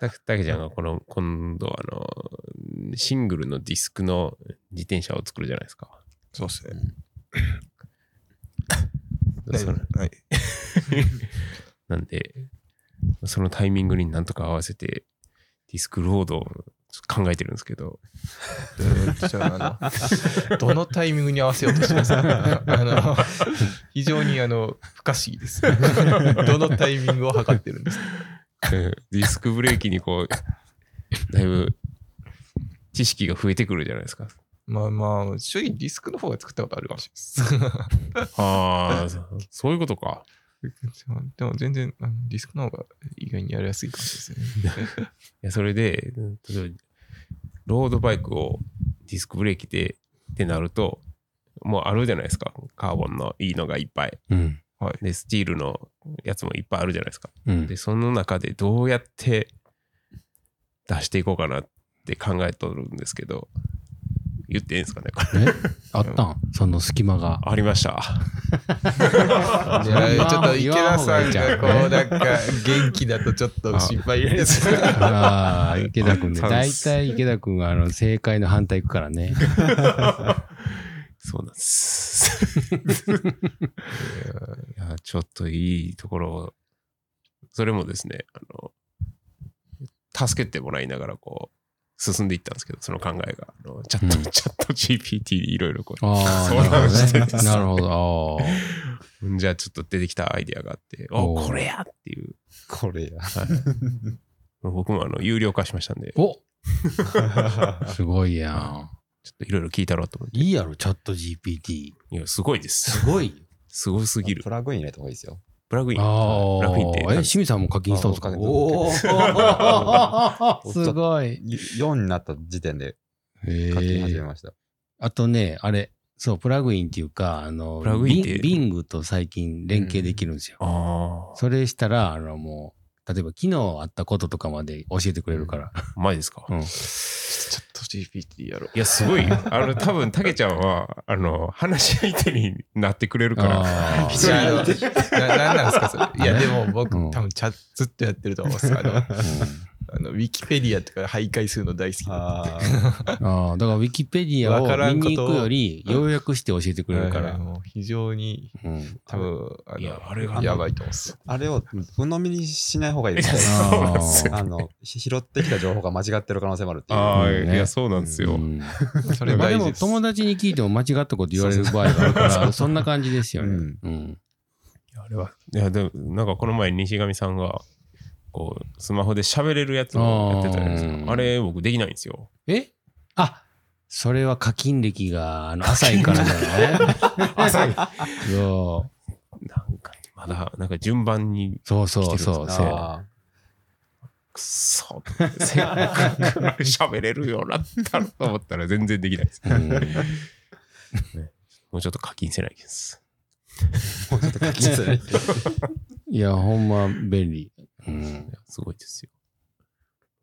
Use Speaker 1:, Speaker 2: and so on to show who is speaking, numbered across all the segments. Speaker 1: たたけちゃんがこの今度あのシングルのディスクの自転車を作るじゃないですか。
Speaker 2: そうっすね。
Speaker 1: その
Speaker 2: はい。
Speaker 1: なんでそのタイミングになんとか合わせてディスクロードを考えてるんですけど
Speaker 2: じゃあ、あの、どのタイミングに合わせようとしてます かあの、非常にあの、不可思議です。 どのタイミングを測ってるんですか
Speaker 1: うんディスクブレーキにこうだいぶ知識が増えてくるじゃないですか。
Speaker 2: まあまあ、正直ディスクの方が作ったことあるかもしれないです。
Speaker 1: ああ そういうことか。
Speaker 2: でも全然あのディスクの方が意外にやりやすい感じですね。
Speaker 1: いやそれでうん例えばロードバイクをディスクブレーキでってなるともうあるじゃないですかカーボンのいいのがいっぱい
Speaker 3: うん。
Speaker 1: でスチールのやつもいっぱいあるじゃないですか
Speaker 3: うん
Speaker 1: でその中でどうやって出していこうかなって考えとるんですけど言っていいんですかねこれ
Speaker 3: あったんその隙間が。
Speaker 1: ありました
Speaker 2: いやちょっと池
Speaker 3: 言
Speaker 2: 田
Speaker 3: わん方が
Speaker 2: さ
Speaker 3: いい
Speaker 2: ん
Speaker 3: んちゃ
Speaker 2: が
Speaker 3: う
Speaker 2: こうなんか元気だとちょっと心配 です。
Speaker 3: ああ、池田君ね。
Speaker 1: あそうで
Speaker 3: 大
Speaker 1: す
Speaker 3: 体池田君はあの正解の反対行くか らね。
Speaker 1: そうなんですいやちょっといいところをそれもですねあの助けてもらいながらこう進んでいったんですけどその考えがあのチャット、
Speaker 3: うん
Speaker 1: チャット GPT でいろいろこう
Speaker 3: あ
Speaker 1: そうなんですね
Speaker 3: あ、なるほどね。なるほど。あ
Speaker 1: うんじゃあちょっと出てきたアイデアがあって、お
Speaker 3: おー
Speaker 1: これやっていう。
Speaker 4: これや。
Speaker 1: 僕もあの有料化しましたんで、ち
Speaker 3: ー
Speaker 1: ょ
Speaker 3: おすごいやん。
Speaker 1: っといろいろ聞いたろうと思って。
Speaker 3: いいやろ、チャット GPT。
Speaker 1: いや、すごいです。
Speaker 3: すごい。
Speaker 1: すごすぎる
Speaker 4: プ。ラグイン入れた方がいいですよ。
Speaker 1: プラグイン。
Speaker 3: ああ
Speaker 1: ラグインって。
Speaker 3: ー、え、清水さんも課金したんですか
Speaker 4: あ
Speaker 3: お
Speaker 4: お
Speaker 3: お
Speaker 4: す
Speaker 3: すごい。
Speaker 4: 4になった時点で
Speaker 3: へ
Speaker 4: 書き始め
Speaker 3: え。
Speaker 4: ました。
Speaker 3: あとね、あれ、そう、プラグインっていうか、あの、
Speaker 1: プラグインって
Speaker 3: ビングと最近連携できるんですよ。
Speaker 1: あ
Speaker 3: それしたら、あの、もう、例えば昨日あったこととかまで教えてくれるから。
Speaker 1: あ、マジですか。
Speaker 3: うん
Speaker 2: ちょっと GPT やろう。
Speaker 1: いや、すごいよ。あの、多分たけちゃんは、あの、話し相手になってくれるから。
Speaker 3: あ
Speaker 2: いや、あの、ななんなんですか、それ。いや、でも僕、
Speaker 3: うん
Speaker 2: 多分チャずっとやってると思うん ですあの、
Speaker 3: ー
Speaker 2: あのウィキペディアとか徘徊するの大好きなんで
Speaker 3: う
Speaker 4: あ
Speaker 3: んあー、だからウィキペディア
Speaker 2: わから
Speaker 3: を
Speaker 2: んこ
Speaker 3: 見
Speaker 2: とを
Speaker 3: に行くより、要約して教えてくれるか
Speaker 2: はい
Speaker 3: ら。
Speaker 2: もう非常に、
Speaker 3: うん
Speaker 2: 多分、あ
Speaker 1: いや、
Speaker 2: の、
Speaker 1: あれが。
Speaker 2: やばいと思うんです。
Speaker 4: あれを鵜呑みにしない方がいいです よ。
Speaker 1: そうなんですよ
Speaker 3: あ
Speaker 4: あの、ひ拾ってきた情報が間違ってる可能性もあるっていう。
Speaker 1: ああ、
Speaker 3: うん
Speaker 1: い
Speaker 3: ね
Speaker 1: や、そうなんです
Speaker 3: ー
Speaker 1: よ。
Speaker 3: うん
Speaker 2: それ
Speaker 3: まあで
Speaker 2: 大事
Speaker 3: も
Speaker 2: です。
Speaker 3: 友達に聞いても間違ったこと言われる場合があ るから、そんな感じですよね。うん
Speaker 1: いやあれは。いや、でも、なんかこの前、西上さんが、こう、スマホで喋れるやつをやってたじゃないです
Speaker 3: あ
Speaker 1: か。
Speaker 3: ー
Speaker 1: あれ、僕、できないんですよ。
Speaker 3: えあそれは課金歴があの浅いからじゃ ない
Speaker 1: 浅い。
Speaker 3: そ
Speaker 1: なんか、まだ、なんか順番に
Speaker 3: うそうそうそう
Speaker 1: 来
Speaker 3: そ
Speaker 1: てる
Speaker 3: う。
Speaker 4: あ
Speaker 1: くそ、せっかく喋れるようになったらと思ったら全然できないです。
Speaker 3: うん
Speaker 1: もうちょっと課金せないです。
Speaker 4: ーもうちょっと書きづらい。
Speaker 3: いや、ほんま便利。うん
Speaker 1: いやすごいですよ。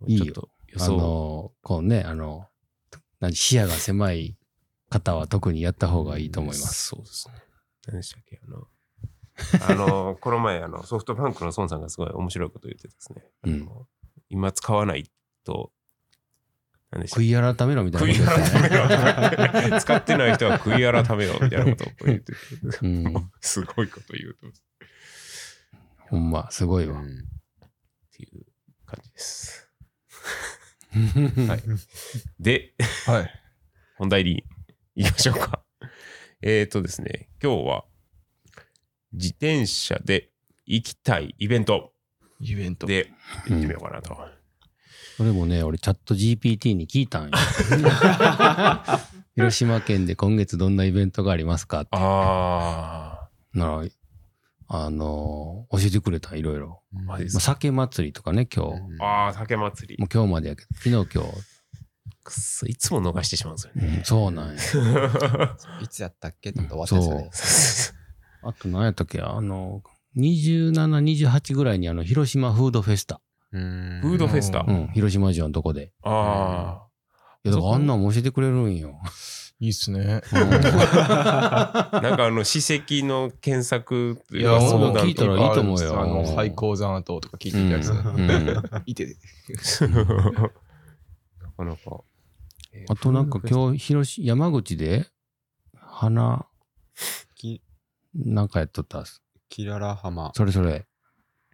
Speaker 3: いいよ
Speaker 1: ちょっと予
Speaker 3: あ
Speaker 1: 想。
Speaker 3: の、こうね、あの、何視野が狭い方は特にやった方がいいと思います。
Speaker 1: そうですね。何でしたっけあの、あ の、この前、あの、ソフトバンクの孫さんがすごい面白いこと言ってですね。あの
Speaker 3: うん
Speaker 1: 今使わないと、何でしたっけ
Speaker 3: 悔い改めろみたい
Speaker 1: 悔
Speaker 3: なこ
Speaker 1: い
Speaker 3: とですよね。
Speaker 1: 改めよう。使ってない人は悔い改めようみたいなことをこう言 ってて、
Speaker 3: うん
Speaker 1: もうすごいこと言うと、っ
Speaker 3: ほんま、すごいわ。
Speaker 1: ていう感じです。
Speaker 3: は
Speaker 1: はいい。で、
Speaker 2: はい。
Speaker 1: 本題に行きましょうか。えっとですね、今日は自転車で行きたいイベント
Speaker 2: イベント。
Speaker 1: で行ってみようかなと。
Speaker 3: それもね、俺チャット GPT に聞い たんよ。広島県で今月どんなイベントがありますかって。
Speaker 1: あ
Speaker 3: なら、あの、教えてくれたんいろいろ。
Speaker 1: ー、マジで
Speaker 3: まあ
Speaker 1: す
Speaker 3: 酒祭りとかね、今日。
Speaker 1: か。ああ、酒祭り
Speaker 3: も。う今日までやけど、昨日今
Speaker 1: くっそ、いつも逃してしまうんですよ
Speaker 3: 日。
Speaker 1: ね。
Speaker 3: そうなんや。
Speaker 4: いつやったっけって終わったんですよね。
Speaker 3: あと何やったっけあの、27、28ぐらいにあの、広島フードフェスタ。
Speaker 4: うん
Speaker 1: フードフェスタ
Speaker 3: う。ん、広島城のとこで。
Speaker 1: ああ。
Speaker 3: いや、だからあんなんも教えてくれるんよ。
Speaker 2: いいっすね。
Speaker 1: なんかあの、史跡の検索と
Speaker 2: い
Speaker 1: いうか
Speaker 3: や
Speaker 1: 相
Speaker 3: も
Speaker 1: 談
Speaker 3: う
Speaker 1: とか
Speaker 3: 聞いたらいいと思うよ
Speaker 2: あの、廃鉱山跡とか聞いてるやつ。
Speaker 3: うん
Speaker 2: いてて。
Speaker 1: なかなか。えー
Speaker 3: あとなんか今日、広し、山口で、花、
Speaker 4: き
Speaker 3: なんかやっとったっす。
Speaker 4: キララ浜。
Speaker 3: それそれ。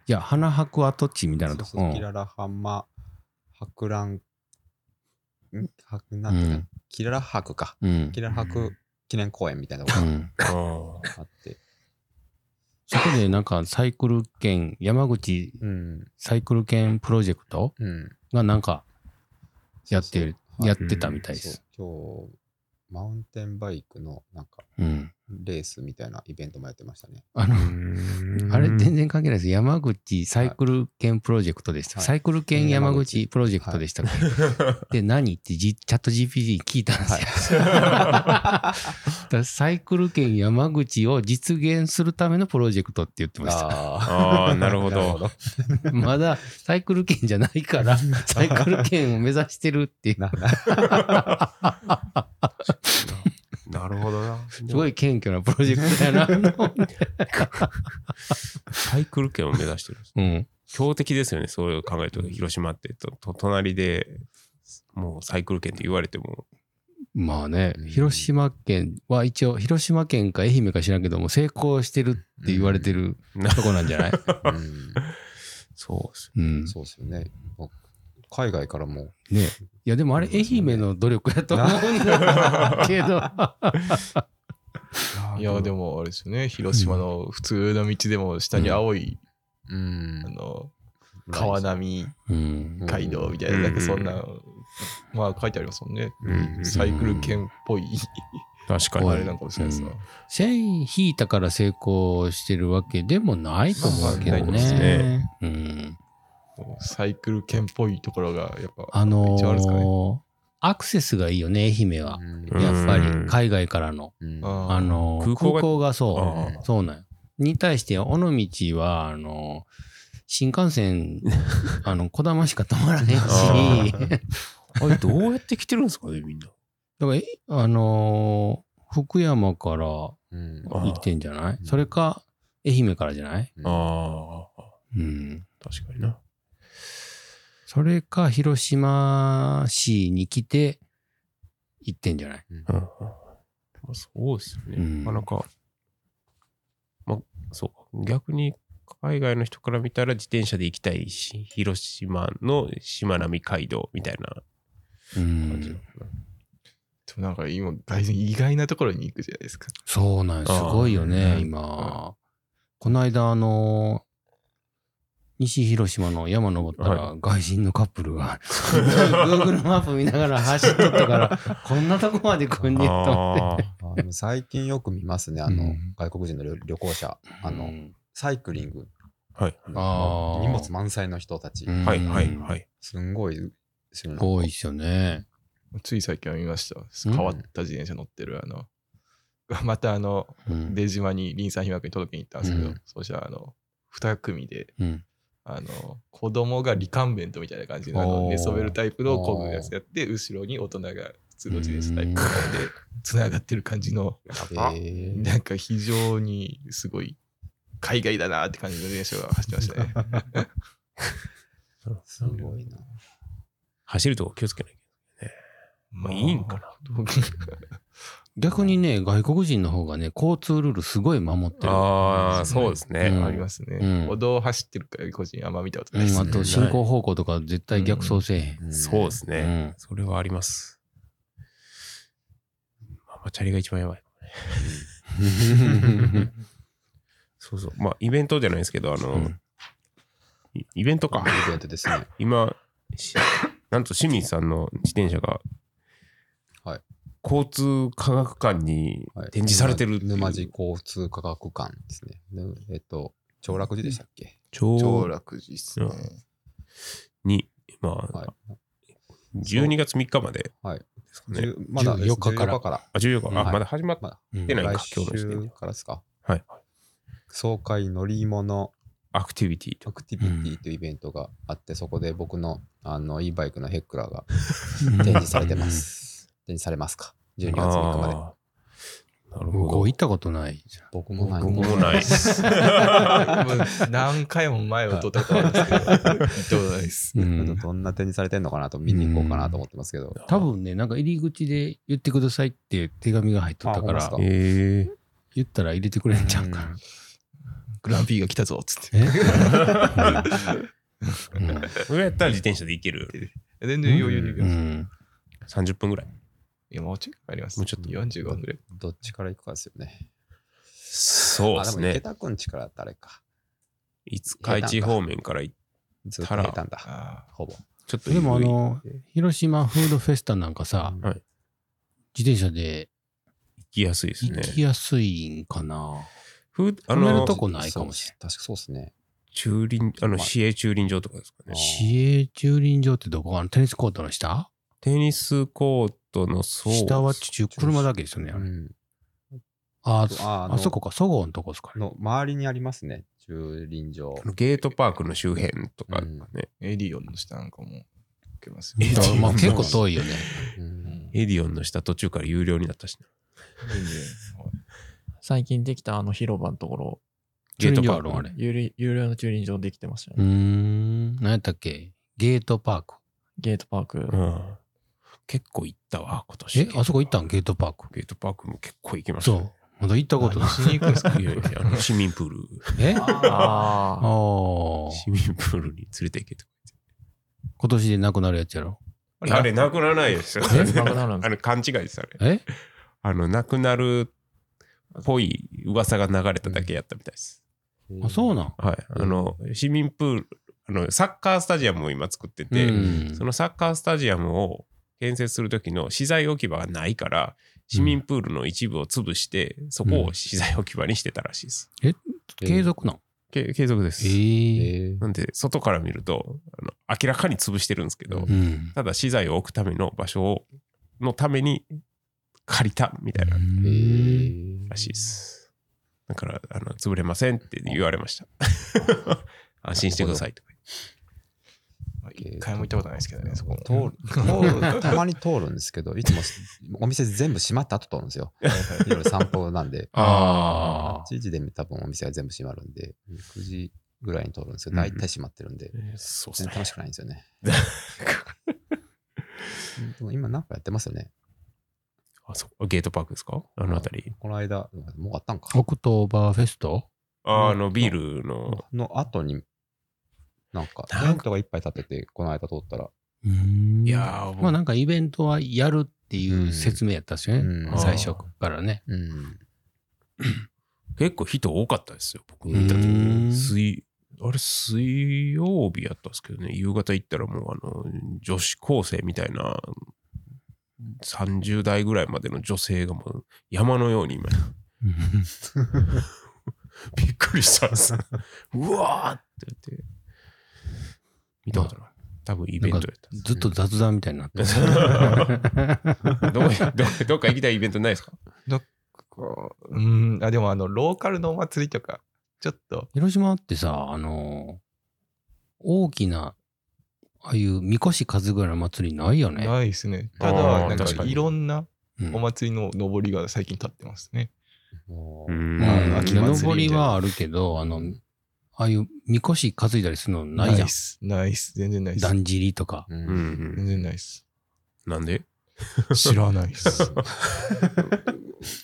Speaker 3: いや、花博跡地みたいな
Speaker 4: そ
Speaker 3: とこ。
Speaker 4: うそううキ
Speaker 3: ん
Speaker 4: ララ浜、博覧、ん博な
Speaker 3: うん
Speaker 4: ていうんの。キララ博か。
Speaker 3: うん
Speaker 4: キララ博記念公園みたいなと
Speaker 3: う
Speaker 4: こが
Speaker 3: ん
Speaker 1: あー
Speaker 4: あって。
Speaker 3: そこでなんかサイクル券、山口
Speaker 4: うん。
Speaker 3: サイクル券プロジェクト
Speaker 4: うん。
Speaker 3: がなんかやって
Speaker 4: そう
Speaker 3: る
Speaker 4: そ、う
Speaker 3: やってたみたいです。
Speaker 4: そう今日、マウンテンバイクのなんか
Speaker 3: うん。
Speaker 4: レースみたいなイベントもやってましたね。
Speaker 3: あの、
Speaker 1: うん
Speaker 3: あれ全然関係ないです。山口サイクル券プロジェクトでした。
Speaker 4: はい
Speaker 3: サイクル券山口プロジェクトでしたっけ、で、何ってじチャット GPT に聞いたんです よ。だからサイクル券山口を実現するためのプロジェクトって言ってました。
Speaker 4: あ
Speaker 1: あー、なるほ
Speaker 4: あ なるほ
Speaker 1: ど。
Speaker 4: ど。
Speaker 3: まだサイクル券じゃないから、サイクル券を目指してるっていう、
Speaker 4: な
Speaker 1: なるほどな。す
Speaker 3: すごい謙虚なプロジェクトやな。
Speaker 1: サイクル圏を目指してる。
Speaker 3: うん。
Speaker 1: 強敵ですよね、そういう考えると、広島ってと、と隣でもうサイクル圏って言われても、
Speaker 3: まあね
Speaker 4: うん、
Speaker 3: 広島県は一応、広島県か愛媛か知らんけども、成功してるって言われてる
Speaker 1: な
Speaker 3: とこなんじゃない
Speaker 4: うん
Speaker 1: そうです
Speaker 3: うん。
Speaker 4: そうですよね。もう海外からも
Speaker 3: ねいや、でもあれ、愛媛の努力やと思うんだ けど。
Speaker 1: よ。
Speaker 2: いや、で
Speaker 1: も、
Speaker 2: もあれですよね。広島の普通の道でも下に青い、
Speaker 4: うん
Speaker 2: あの、川波
Speaker 3: うん。
Speaker 2: 街道みたいな、
Speaker 1: うん
Speaker 2: なんかそんな、まあ書いてありますもんね。
Speaker 1: うん、
Speaker 2: サイクル圏っぽい、
Speaker 1: 確か
Speaker 3: うん
Speaker 1: に。
Speaker 2: あれなんかもしれないですな。
Speaker 3: 線引いたから成功してるわけでもないと思うけど
Speaker 2: まあ
Speaker 1: ないです
Speaker 3: ね
Speaker 1: ね。
Speaker 3: うん。
Speaker 2: もうサイクル圏っぽいところが、やっぱ、
Speaker 3: あの
Speaker 2: 一応あるんですかね。
Speaker 3: ー、アクセスがいいよね、愛媛は。
Speaker 1: うん
Speaker 3: やっぱり、海外からの。
Speaker 4: うん
Speaker 3: あのー空
Speaker 1: 空
Speaker 3: 港
Speaker 1: 港
Speaker 3: が
Speaker 1: が
Speaker 3: そ
Speaker 1: あ
Speaker 3: う。そうなんよに対して、尾道は、あのー、新幹 線、あの、こだましか止まらへんし、
Speaker 1: あれ、どうやって来てるんですかね、みんな。
Speaker 3: だから、えあのー福山から行
Speaker 4: うん
Speaker 1: あ
Speaker 3: ってんじゃない
Speaker 4: うん
Speaker 3: それか、愛媛からじゃない
Speaker 1: ああ、
Speaker 3: うん。
Speaker 1: 確かにな。
Speaker 3: それか、広島市に来て行ってんじゃない
Speaker 1: うんまあそうですよね。
Speaker 3: うん
Speaker 1: なかなか、まあ、そうか逆に海外の人から見たら自転車で行きたいし、広島のしまなみ海道みたいな
Speaker 3: う
Speaker 1: 感じの
Speaker 2: で
Speaker 3: ん。
Speaker 2: もなんか今、外人意外なところに行くじゃないですか。
Speaker 3: そうなんよすごいよ
Speaker 1: あ
Speaker 3: ね、
Speaker 1: ー
Speaker 3: 今。この間、あのー西広島の山登ったら、外人のカップルが、Google マップ見ながら走っとったから、こんなとこまで来んねんと思って。
Speaker 1: あー
Speaker 4: あでも最近よく見ますね、あ
Speaker 3: う
Speaker 4: の
Speaker 3: ん
Speaker 4: 外国人の旅旅行者、あ
Speaker 3: う
Speaker 4: の
Speaker 3: ん
Speaker 4: サイクリング、
Speaker 1: はい
Speaker 3: あー
Speaker 4: 荷物満載の人たち、
Speaker 1: はいはいはい。
Speaker 4: すんごいするの
Speaker 3: 多いっすよね。
Speaker 2: つい最近見ました。
Speaker 3: うん
Speaker 2: 変わった自転車乗ってる、あの、 またあの、
Speaker 3: うん
Speaker 2: 出島に林産被爆に届けに行ったんですけど、
Speaker 3: うん
Speaker 2: そうしたらあの、二組で、
Speaker 3: うん
Speaker 2: あの、子供がリカンベントみたいな感じのあ
Speaker 3: お
Speaker 2: の
Speaker 3: ー
Speaker 2: 寝そべるタイプの工具のやつやって、後ろに大人が普通の自 転車タイプで、つながってる感じの、
Speaker 4: へー
Speaker 2: なんか非常にすごい、海外だなって感じの自転車が走ってました ね。
Speaker 4: すごいな。。
Speaker 1: 走るとこ気をつけないけまあいいんか
Speaker 2: な。
Speaker 3: 逆にね、外国人の方がね、交通ルールすごい守って
Speaker 1: ど。
Speaker 3: る。
Speaker 1: ああ、そうですね。
Speaker 3: うん
Speaker 2: ありますね。
Speaker 3: うん
Speaker 2: 歩道走ってるから、個人あんま見たこと
Speaker 3: う
Speaker 2: ないです
Speaker 3: ん、
Speaker 2: ね。
Speaker 3: あと進行方向とか絶対逆走せえへん。
Speaker 1: そうですす
Speaker 3: う
Speaker 1: ね。
Speaker 3: ん。
Speaker 1: それはあります。まあまあ、チャリが一番やば い。そうそう。まあ、イベントじゃないですけど、あの、
Speaker 3: うん
Speaker 1: イイベントか。
Speaker 4: イベントですね。
Speaker 1: 今、しなんと清水さんの自転車が、
Speaker 4: はい
Speaker 1: 交通科学館に
Speaker 4: はい
Speaker 1: 展示されてるっていう
Speaker 4: 沼地交通科学館ですね。でえっと、長楽寺でしたっけ
Speaker 2: 超
Speaker 1: 超
Speaker 2: 楽寺っすね。
Speaker 1: に、まあ、
Speaker 4: はい
Speaker 1: 12月3日までで
Speaker 4: はい。
Speaker 1: すかね。
Speaker 4: 10まだ
Speaker 3: 14日から
Speaker 4: 14から
Speaker 1: あ、14日、あ、
Speaker 4: はい
Speaker 1: まだ始まっ
Speaker 4: まだ
Speaker 1: てない
Speaker 4: 来
Speaker 1: か、今日の時点
Speaker 4: 週
Speaker 1: で。
Speaker 4: からですか。
Speaker 1: はい。
Speaker 4: 総会乗り物
Speaker 1: アクティビティと。
Speaker 4: アクティビティというイベントがあって、そこ で僕のあの e バイクのヘックラーが展示されてま。す。展示されますか。 12月3日まで。
Speaker 1: ああ。なる
Speaker 3: 向こ
Speaker 1: ほ
Speaker 3: う
Speaker 1: ど
Speaker 3: 行っ。たことないじ
Speaker 4: 僕もない。
Speaker 1: 僕もない。
Speaker 2: 何回も前を通ったことあるんですけど、行ったことない です。
Speaker 3: ゃん。う
Speaker 4: あの
Speaker 3: ん、
Speaker 4: どんな展示されてんのかなと見に行こうかなと思ってますけど。
Speaker 3: 多分ね、なんか入り口で言ってくださいって手紙が入っとったか
Speaker 4: あ
Speaker 3: ら
Speaker 4: ほんま、
Speaker 1: ええ。
Speaker 3: 言ったら入れてくれんちゃうかな。
Speaker 2: グランピーが来たぞ、つって。
Speaker 3: えうん
Speaker 1: それやったら自転車で行ける。
Speaker 2: 全然余裕で行け
Speaker 3: う
Speaker 2: ます。
Speaker 3: ん。
Speaker 1: 30分ぐらい。
Speaker 2: いや、もうちょいかかります。
Speaker 1: もうちょっと
Speaker 2: 45分ぐらい。
Speaker 4: どっちから行くかですよね。
Speaker 1: そうです
Speaker 4: あ、でも池
Speaker 1: ね。
Speaker 4: 田くんちから誰か。
Speaker 1: 五日市方面から行っ
Speaker 4: ずっと行ったんだ。
Speaker 2: あ
Speaker 4: ほぼ。
Speaker 1: ちょっと
Speaker 3: でもあ
Speaker 1: 緩い
Speaker 3: の、広島フードフェスタなんかさ、
Speaker 4: うん
Speaker 1: はい
Speaker 3: 自転車で
Speaker 1: 行きやすいですね
Speaker 3: 行。きやすいんかな。
Speaker 1: ふうあ
Speaker 3: 止める
Speaker 1: の
Speaker 3: と、こないかもし
Speaker 4: れない。確かそうですね。
Speaker 1: 駐輪、あの、
Speaker 4: まあ
Speaker 1: 市営駐輪場とかですかね。
Speaker 4: あ
Speaker 3: 市営駐輪場ってどこあのテニスコートの下
Speaker 1: テニスコートの層。
Speaker 3: 下は中車だけですよね。あ
Speaker 4: う
Speaker 3: れ
Speaker 4: ん。
Speaker 3: あ
Speaker 4: そう
Speaker 3: あ
Speaker 4: あ
Speaker 3: そこか、そごうのとこですかね。
Speaker 4: の周りにありますね。駐輪場。
Speaker 1: あのゲートパークの周辺とかね。
Speaker 2: ーエディオンの下なんかも行けますよ。
Speaker 1: エディオン
Speaker 3: まあ
Speaker 1: の
Speaker 3: 結構遠いよね。
Speaker 4: う
Speaker 2: うんん
Speaker 1: エディオンの下途中から有料になったしね。
Speaker 2: 全然はい
Speaker 5: 最近できたあの広場のところ、
Speaker 1: ゲート
Speaker 3: 駐輪
Speaker 1: パ
Speaker 3: 場あ
Speaker 1: ークの
Speaker 3: るんあれ。
Speaker 5: 有料有料の駐輪場できてますよ
Speaker 3: うー
Speaker 5: ね。
Speaker 3: ん。何やったっけゲートパーク。
Speaker 5: ゲートパーク。
Speaker 1: うん。結構行ったわ、今年。
Speaker 3: え、あそこ行ったんゲートパーク。
Speaker 1: ゲートパークも結構行きました
Speaker 3: そ
Speaker 1: ね、
Speaker 3: う。まだ行ったことない。
Speaker 2: しに行くんですか
Speaker 1: いやいやあの市民プール、
Speaker 3: え
Speaker 5: ああ。
Speaker 3: ああ。
Speaker 1: 市民プールに連れて行けとか
Speaker 3: 今年でなくなるやつやろ。
Speaker 1: 言って。あれ、なくならないですよ。
Speaker 3: え
Speaker 5: なくなる
Speaker 1: あ
Speaker 5: んで
Speaker 1: れ、勘違いです、あれ。
Speaker 3: え
Speaker 1: あの、なくなるっぽい噂が流れただけやったみたいです。
Speaker 3: あ、そうなん。
Speaker 1: はい。あの、市民プール、あの、サッカースタジアムを今作ってて、
Speaker 3: うん
Speaker 1: そのサッカースタジアムを建設する時の資材置き場がないから、市民プールの一部を潰して、そこを資材置き場にしてたらしいです。
Speaker 3: 継続なん。
Speaker 1: け継続です。
Speaker 4: え
Speaker 3: ええ。
Speaker 4: ー
Speaker 1: なんで、外から見るとあの、明らかに潰してるんですけど、
Speaker 4: うん
Speaker 3: うん。
Speaker 1: ただ資材を置くための場所をのために借りたみたいな
Speaker 4: え
Speaker 3: うん
Speaker 4: ー
Speaker 1: らしいです。だから、あの潰れませんって言われま した。安心してくださいとか
Speaker 2: まあ一回も行ったことないですけどね、そこも。
Speaker 4: 通る通 るたまに通るんですけど、いつもお店全部閉まった後通るんですよ。夜散歩なんで。
Speaker 3: あ
Speaker 4: 8時で多分お店は全部閉まるんで、9時ぐらいに通るんですよ。
Speaker 1: うん
Speaker 4: 大体閉まってるんで、
Speaker 1: 言って。そう
Speaker 4: 全然
Speaker 1: ね
Speaker 4: 楽しくないんですよね。でも今なんかやってますよね。
Speaker 1: あそこゲートパークですかあの辺り。
Speaker 4: この間、もうあったん
Speaker 3: あ。オク
Speaker 4: か。
Speaker 3: トーバーフェスト
Speaker 1: ああのビールの。
Speaker 4: の後に、なんか、
Speaker 1: なんか
Speaker 4: テントがいっぱい立ってて、この間通ったら、
Speaker 1: いやー
Speaker 3: まあなんかイベントはやるっていう説明やったっすよね
Speaker 4: う。ん
Speaker 3: 最初からね。
Speaker 4: うん。
Speaker 1: 結構人多かったですよ、僕見た時
Speaker 3: うん
Speaker 1: 水あれ、水曜日やったんですけどね、夕方行ったらもう、あの、女子高生みたいな、30代ぐらいまでの女性がもう、山のように今、びっくりしたんですよ。うわーって言って、見たことない。多分イベントやった。
Speaker 3: ずっと雑談みたいになってる
Speaker 1: どこどこどっか行きたいイベントないですか
Speaker 2: こううん、あ、でもあの、ローカルのお祭りとか、ちょっと、
Speaker 3: 広島ってさ、あのー大きな、ああいうみこし数ぐらいの祭りないよね。
Speaker 2: ないですね。た
Speaker 1: あー
Speaker 2: だ、なん
Speaker 1: 確か
Speaker 2: か
Speaker 1: に
Speaker 2: いろんな
Speaker 3: うん
Speaker 2: お祭りの上りが最近立ってますね。
Speaker 4: も
Speaker 1: う
Speaker 4: う、
Speaker 1: ん
Speaker 3: う
Speaker 2: まあ
Speaker 3: ん、
Speaker 2: 秋祭り
Speaker 3: で
Speaker 2: みたいな
Speaker 3: 上りはあるけど、あの、ああいうみこし担いだりするのないじゃ
Speaker 2: っす。ないっす。全然ないっ
Speaker 3: ん。
Speaker 2: す
Speaker 3: だ。んじりとか。
Speaker 4: う。
Speaker 1: うんん
Speaker 2: 全然ないっす。
Speaker 1: なんで
Speaker 2: 知らないっ す。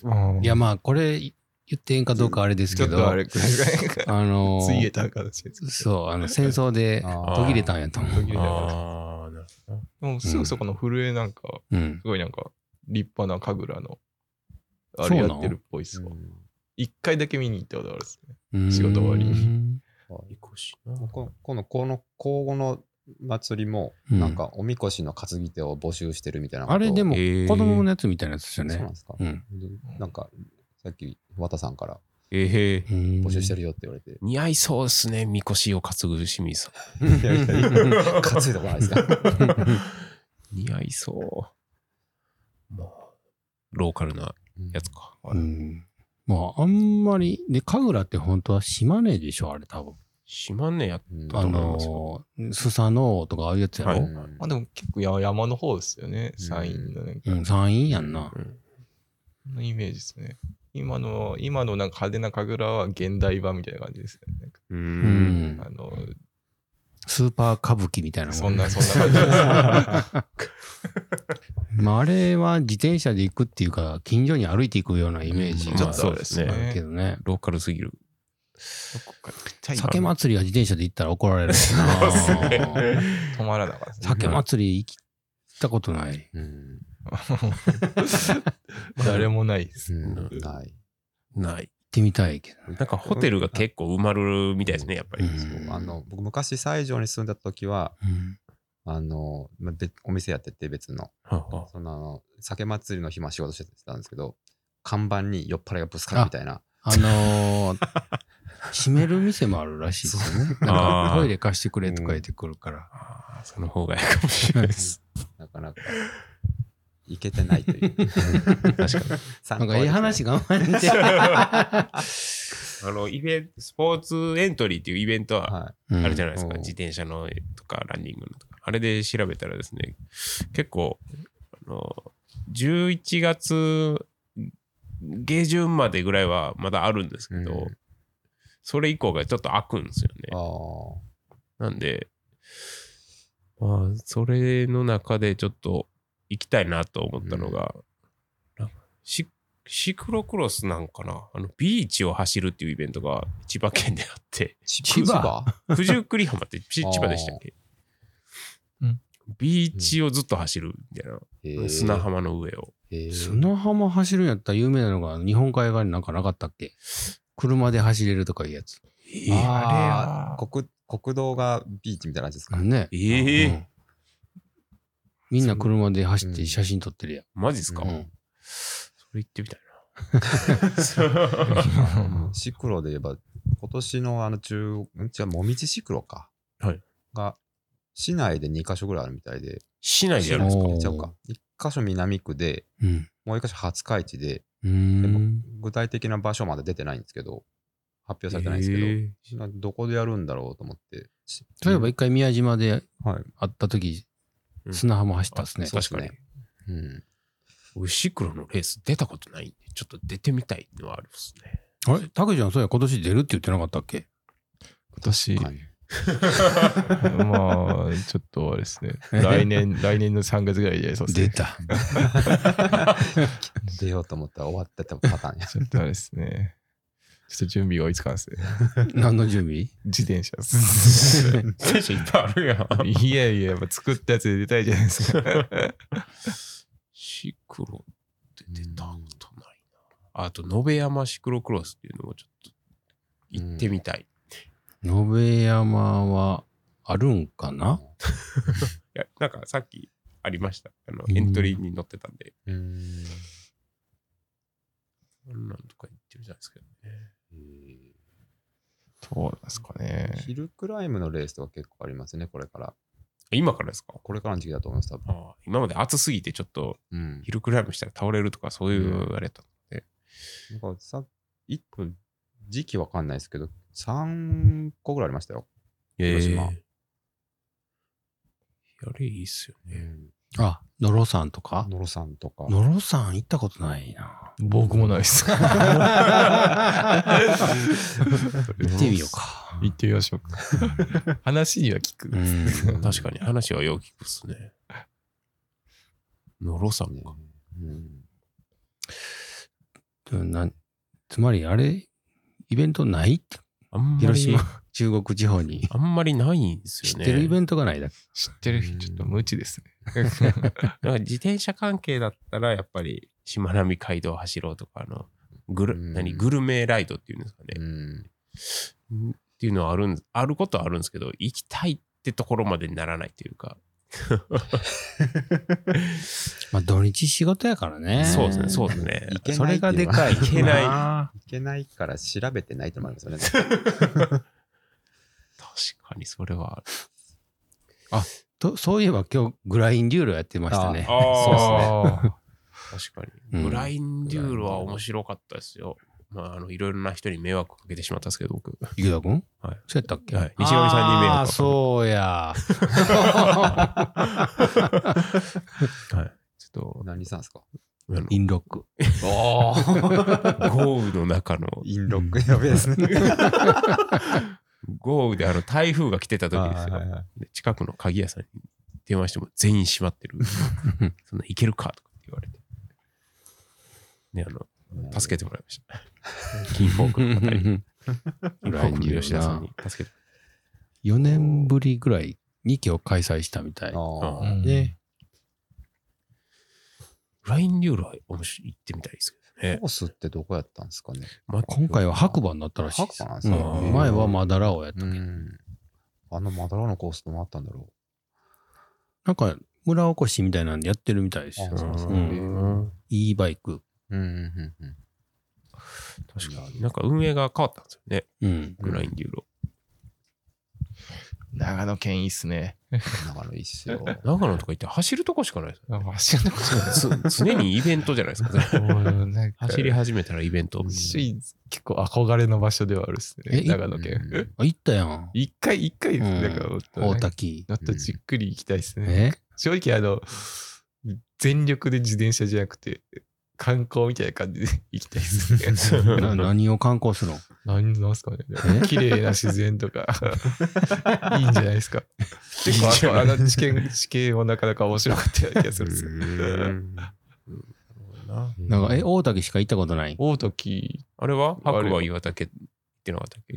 Speaker 2: うん
Speaker 3: いや、まあ、これ言っていいんかどうかあれです
Speaker 2: ちょ
Speaker 3: け
Speaker 2: っ
Speaker 3: ど、
Speaker 2: とあ
Speaker 3: あ
Speaker 2: れくらいが、
Speaker 3: のー
Speaker 2: ついえた形です。
Speaker 3: そう、あの、戦争で
Speaker 4: あー
Speaker 3: 途切れたんやと思う
Speaker 2: 途。切れた形
Speaker 1: ああ、なるほど。
Speaker 2: もうすぐそこの震えなんか、
Speaker 3: うん
Speaker 2: す。ごいなんか、立派な神楽の、あれやってるっぽいっすわ。一回だけ見に行ったことあるっすね。
Speaker 3: うん
Speaker 2: 仕事終わり
Speaker 3: うん
Speaker 1: みこし
Speaker 4: ここの、この、交互の祭りも、
Speaker 3: うん
Speaker 4: なんか、おみこしの担ぎ手を募集してるみたいなことを。
Speaker 3: あれでも
Speaker 1: えー
Speaker 3: 子供のやつみたいなやつですよ
Speaker 4: そうな
Speaker 3: ね
Speaker 4: ん。ですか
Speaker 3: う。ん。
Speaker 4: でなんか、さっき、綿さんから
Speaker 1: ええ
Speaker 3: 募
Speaker 4: 募集して
Speaker 3: る。
Speaker 4: るよって言われて、
Speaker 1: 似合いそうですね、みこしを担ぐ清水さん。
Speaker 4: いやいやいや担いでこない ですか。
Speaker 1: 似合いそう。まあ、ローカルなやつか。
Speaker 3: うん。まあ、あんまり、で、神楽って本当は島根でしょ、あれ多分。
Speaker 1: 島根やっ
Speaker 4: うん
Speaker 1: だ
Speaker 3: あ
Speaker 1: と思います
Speaker 3: のー、スサノオとかああいうやつやろ、
Speaker 1: は
Speaker 4: う
Speaker 1: い
Speaker 4: ん
Speaker 2: まあでも結構や山の方ですよね、
Speaker 4: うん
Speaker 2: 山陰のね。
Speaker 3: うん、山陰やんな。
Speaker 1: うん
Speaker 2: そんなイメージですね。今の、今のなんか派手な神楽は現代版みたいな感じですね。なんか
Speaker 1: う。
Speaker 3: うんん。
Speaker 2: あの、
Speaker 3: スーパー歌舞伎みたいなも
Speaker 2: そ
Speaker 3: ね
Speaker 2: んな、そんな感じです。
Speaker 3: まあ、あれは自転車で行くっていうか、近所に歩いていくようなイメージ
Speaker 1: うん
Speaker 2: ち
Speaker 1: まあ
Speaker 2: ょっ
Speaker 3: が
Speaker 1: そ
Speaker 2: と
Speaker 1: う
Speaker 2: あ
Speaker 1: で
Speaker 2: れですす
Speaker 1: ね
Speaker 2: ね。
Speaker 3: あるけどね。
Speaker 1: ローカルすぎる。
Speaker 2: どこかちっちゃい
Speaker 3: 酒祭りは自転車で行ったら怒られるしな。
Speaker 2: 止まらなかったですね。
Speaker 3: 酒祭り行ったことない。
Speaker 4: うん。
Speaker 2: 誰もないです。
Speaker 4: うんない。
Speaker 1: ない。
Speaker 3: 行ってみたいけ
Speaker 1: な
Speaker 3: ど。
Speaker 1: んかホテルが結構埋まるみたいですね、やっぱり。
Speaker 3: うん
Speaker 4: そうあの僕、昔、西条に住んだ時は、
Speaker 3: うん
Speaker 4: あの、まあ別お店やってて別の、
Speaker 1: はあは
Speaker 4: その、酒祭りの日も仕事してたんですけど、看板に酔っ払いがぶつかるみたいな。
Speaker 3: あのー、閉める店もあるらしいですよね。なんかトイレ貸してくれとか言ってくるから。
Speaker 1: ああーその方がいいかもしれないです。
Speaker 4: なかなか、いけてないという。確かに。
Speaker 3: なんかいい話頑
Speaker 4: が。
Speaker 3: 張って。
Speaker 1: あの、イベント、スポーツエントリーっていうイベントは
Speaker 4: は
Speaker 1: あるじゃ
Speaker 3: ゃ
Speaker 1: ないですか。
Speaker 4: うん
Speaker 1: 自転車のとか、ランニングのとか。あれで調べたらですね、結構、あの、11月下旬までぐらいはまだあるんですけど、
Speaker 4: うん
Speaker 1: それ以降がちょっと開くんですよ
Speaker 4: い。あ
Speaker 1: ね。な
Speaker 4: あ。
Speaker 1: んで、まあ、それの中でちょっと行きたいなと思ったのが、なシシクロクロスなんかなあのビーチを走るっていうイベントが千葉県であ って、
Speaker 4: 千葉
Speaker 1: 九十九里浜ってち千葉でしたっけ
Speaker 2: うん
Speaker 1: ビーチをずっと走るみたいな、砂。浜の上を。
Speaker 4: へーへー
Speaker 3: 砂浜走るんやったら有名なのが日本海側になんかなかったっけ車で走れるとかいうやつ。
Speaker 4: ああ、国国道がビーチみたいな感じですか。
Speaker 3: ね。
Speaker 1: え
Speaker 3: う
Speaker 1: ー
Speaker 3: んみんな車で走って写真撮ってるやん。
Speaker 1: マジっすか、
Speaker 3: うん
Speaker 1: それ行ってみたい な。
Speaker 4: うんシクロで言えば、今年のあの中、ん違う、もみじシクロか。
Speaker 1: はい
Speaker 4: が、市内で2カ所ぐらいあるみたいで、
Speaker 1: 市内でやるんですか
Speaker 3: お
Speaker 4: ちゃうか。1カ所南区で、
Speaker 3: うん。
Speaker 4: もう1カ所廿日市で、
Speaker 3: うー
Speaker 4: でも
Speaker 3: ん。
Speaker 4: 具体的な場所まで出てないんですけど、発表されてないんですけど、
Speaker 1: え
Speaker 4: などこでやるんだろうと思って。し
Speaker 3: 例えば一回宮島で
Speaker 4: はい
Speaker 3: 会った時、
Speaker 1: うん
Speaker 3: 砂浜走ったんですね
Speaker 1: ー、。確かに。
Speaker 4: うん。
Speaker 1: 俺シクロのレース出たことないんで、ちょっと出てみたいのはあるっすね。
Speaker 3: あれたけちゃん、そうや、今年出るって言ってなかったっけ
Speaker 2: 今年、
Speaker 4: はい
Speaker 2: まあ、ちょっとあれですね。来 年、来年の3月ぐらいでやりそうです
Speaker 3: 出
Speaker 2: ね。
Speaker 3: た。
Speaker 4: 出ようと思ったら終わってたパ ターンや。
Speaker 2: ちょっとあれですね。ちょっと準備が追いつかんですね。
Speaker 3: 何の準備
Speaker 2: 自転車です。
Speaker 1: 選手いっぱいあるやん。
Speaker 2: いやいや、やっぱ作ったやつで出たいじゃないです か。
Speaker 1: シクロって出たことないな。あと、延山シクロクロスっていうのもちょっと行ってみたい。い
Speaker 3: 延山はあるんかな
Speaker 1: や、なんかさっきありました。あの、エントリーに載ってたんで、
Speaker 4: うん。
Speaker 1: こんなんとか行ってみたいですけどね。
Speaker 2: どうなんですかね。
Speaker 4: ヒルクライムのレースとか結構ありますね、これから。
Speaker 1: 今からですか
Speaker 4: これからの時期だと思います、多分。
Speaker 1: ああ今まで暑すぎてちょっと
Speaker 4: うん。
Speaker 1: 昼クライムしたら倒れるとかそういうあれと。
Speaker 4: なんかさ、一個、時期わかんないですけど、3個ぐらいありましたよ。広島
Speaker 1: やれいいっすよね。
Speaker 3: あ、野呂さんとか
Speaker 4: 野呂さんとか。
Speaker 3: 野呂さん行ったことないな。
Speaker 2: 僕もないです。
Speaker 3: 行ってみようか。
Speaker 2: 行ってみましょうか。話には聞く。
Speaker 3: うん。
Speaker 1: 確かに話はよく聞くっすね。野呂さん
Speaker 4: ね
Speaker 1: か。
Speaker 4: うん
Speaker 3: となつまり、あれ、イベントないって
Speaker 1: あんま
Speaker 3: 広
Speaker 1: り
Speaker 3: 島、中国地方に。
Speaker 1: あんまりないんです
Speaker 3: 知
Speaker 1: よ
Speaker 3: っ
Speaker 1: ね。
Speaker 3: てるイベントがないだけ。
Speaker 2: 知ってる人、ちょっと無知ですね。
Speaker 1: なんか自転車関係だったら、やっぱり、しまなみ海道を走ろうとか、あの、グル、
Speaker 4: うん
Speaker 1: 何、グルメライドっていうんですかね。
Speaker 4: うん。
Speaker 1: っていうのはあるん、あることはあるんですけど、行きたいってところまでにならないというか、
Speaker 3: まあ、土日仕事やからね。
Speaker 1: そうですね、そうですね。
Speaker 4: いけない
Speaker 3: それがでか い。
Speaker 4: ってうのは
Speaker 1: いけない
Speaker 3: あ
Speaker 4: いけないから調べてないってのもあり ますよね。
Speaker 1: 確かにそれはある。
Speaker 3: ーとそういえば今日、グラインデューロやってましたね。
Speaker 1: ああ、確かに。
Speaker 3: うん
Speaker 1: ブラインデュールは面白かったですよ。まあ、あの、いろいろな人に迷惑かけてしまったんですけど、僕。
Speaker 3: 池田君
Speaker 1: はい。
Speaker 3: そうやったっけ
Speaker 1: はい西上さんに迷惑
Speaker 3: ああ、そうや。
Speaker 1: はい。ちょっと、
Speaker 4: 何さんですか
Speaker 1: あの
Speaker 3: インロック。
Speaker 4: お ー
Speaker 1: 豪雨の中の、
Speaker 4: インロックやべえですね。
Speaker 1: 豪雨であの台風が来てた時ですよ。
Speaker 4: はいはいはい
Speaker 1: で近くの鍵屋さんに電話しても全員閉ま ってる。そんな行けるかとかって言われて。ね、あの、助けてもらいま した。金フォークの方に、金フォークの吉田さんに助けて。
Speaker 3: 4年ぶりぐらいに今日開催したみたい
Speaker 4: あ。ー
Speaker 1: ああ
Speaker 3: ね。
Speaker 1: ラインリュールは面白い行ってみたいですけどね。
Speaker 4: コースってどこやったんですかね。
Speaker 1: まあ
Speaker 3: 今回は白馬になったらしいです
Speaker 4: 白馬なんです
Speaker 3: う
Speaker 4: ね
Speaker 3: ん前はマダラオやったけ
Speaker 4: う
Speaker 3: ど。
Speaker 4: ん。あのマダラのコースどうなったんだろ
Speaker 3: なんか村おこしみたいなんでやってるみたいですよ
Speaker 4: あ。そうですね
Speaker 1: うん、
Speaker 3: e バイク。
Speaker 4: う。うんうんうんうん。
Speaker 1: 確かに。なんか運営が変わったんですよね。
Speaker 3: うん。
Speaker 1: グラインデューロ。
Speaker 2: 長野県いいっすね。
Speaker 4: 長野いいっすよ。
Speaker 1: 長野とか行って走るとこしかないです よ
Speaker 2: なんか走らなく
Speaker 1: つ常にイベントじゃないですか。
Speaker 2: て もうなんか
Speaker 1: 走り始めたらイベント。
Speaker 2: し結構憧れの場所ではあるっす
Speaker 3: え
Speaker 2: ね。
Speaker 3: い
Speaker 2: 長野県。
Speaker 4: うん
Speaker 3: あ、行ったやん。
Speaker 2: 一回、一回です
Speaker 3: う
Speaker 2: ね。
Speaker 3: ん
Speaker 2: だからもっとね
Speaker 3: 大滝。
Speaker 2: もっとじっくり行きたいですね。
Speaker 3: え
Speaker 2: 正直、あの、全力で自転車じゃなくて、観光みたいな感じで 行きたいですね。
Speaker 3: な何を観光するの
Speaker 2: 何なんすかね
Speaker 3: え。
Speaker 2: 綺麗な自然と か、いいんじゃないですか。結構あそこ、あの地形、地形もなかなか面白かったような気がするんですよ。
Speaker 1: うん
Speaker 3: なんか、え、大滝しか行ったことない。
Speaker 2: 大時、
Speaker 1: あれは
Speaker 2: あ
Speaker 1: 白
Speaker 2: れ
Speaker 1: 馬岩岳ってなかったっけ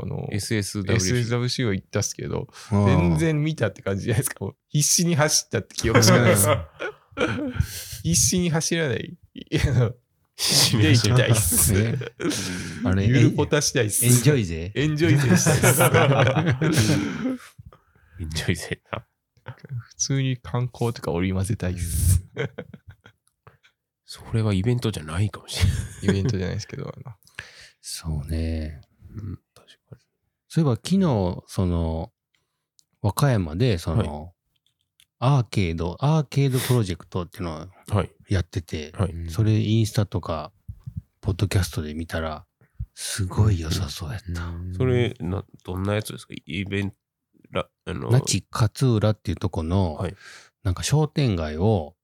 Speaker 2: あの、
Speaker 1: ?SSW。
Speaker 2: SSWC は行ったっすけど、
Speaker 3: うん
Speaker 2: 全然見たって感じじゃないですか。もう必死に走ったって記憶しかないで す。必死に走らない。いやあので行きたいっす。
Speaker 3: ねあれ、
Speaker 2: ゆ
Speaker 3: エ
Speaker 2: る
Speaker 3: ン
Speaker 2: ぽたしたいっす。
Speaker 3: エンジョ
Speaker 2: イ。
Speaker 3: イ勢
Speaker 2: エンジョイでしたいっ す。
Speaker 1: エンジョイせな。
Speaker 2: 普通に観光とか織り交ぜたいっす。
Speaker 1: それはイベントじゃないかもしれない。
Speaker 2: イベントじゃないですけど、あの
Speaker 3: そうね。
Speaker 1: うん確か
Speaker 3: そういえば昨日、その、和歌山で、その、アーケード、アーケードプロジェクトっていうのを
Speaker 1: に。はい。
Speaker 3: やってて、
Speaker 1: はい。
Speaker 4: うん
Speaker 3: それインスタとか、ポッドキャストで見たら、すごい良さそうやった。
Speaker 4: うん
Speaker 1: それ、などんなやつですかイベント、らあの、
Speaker 3: 那智勝浦っていうとこの、
Speaker 1: はい
Speaker 3: なんか商店街を、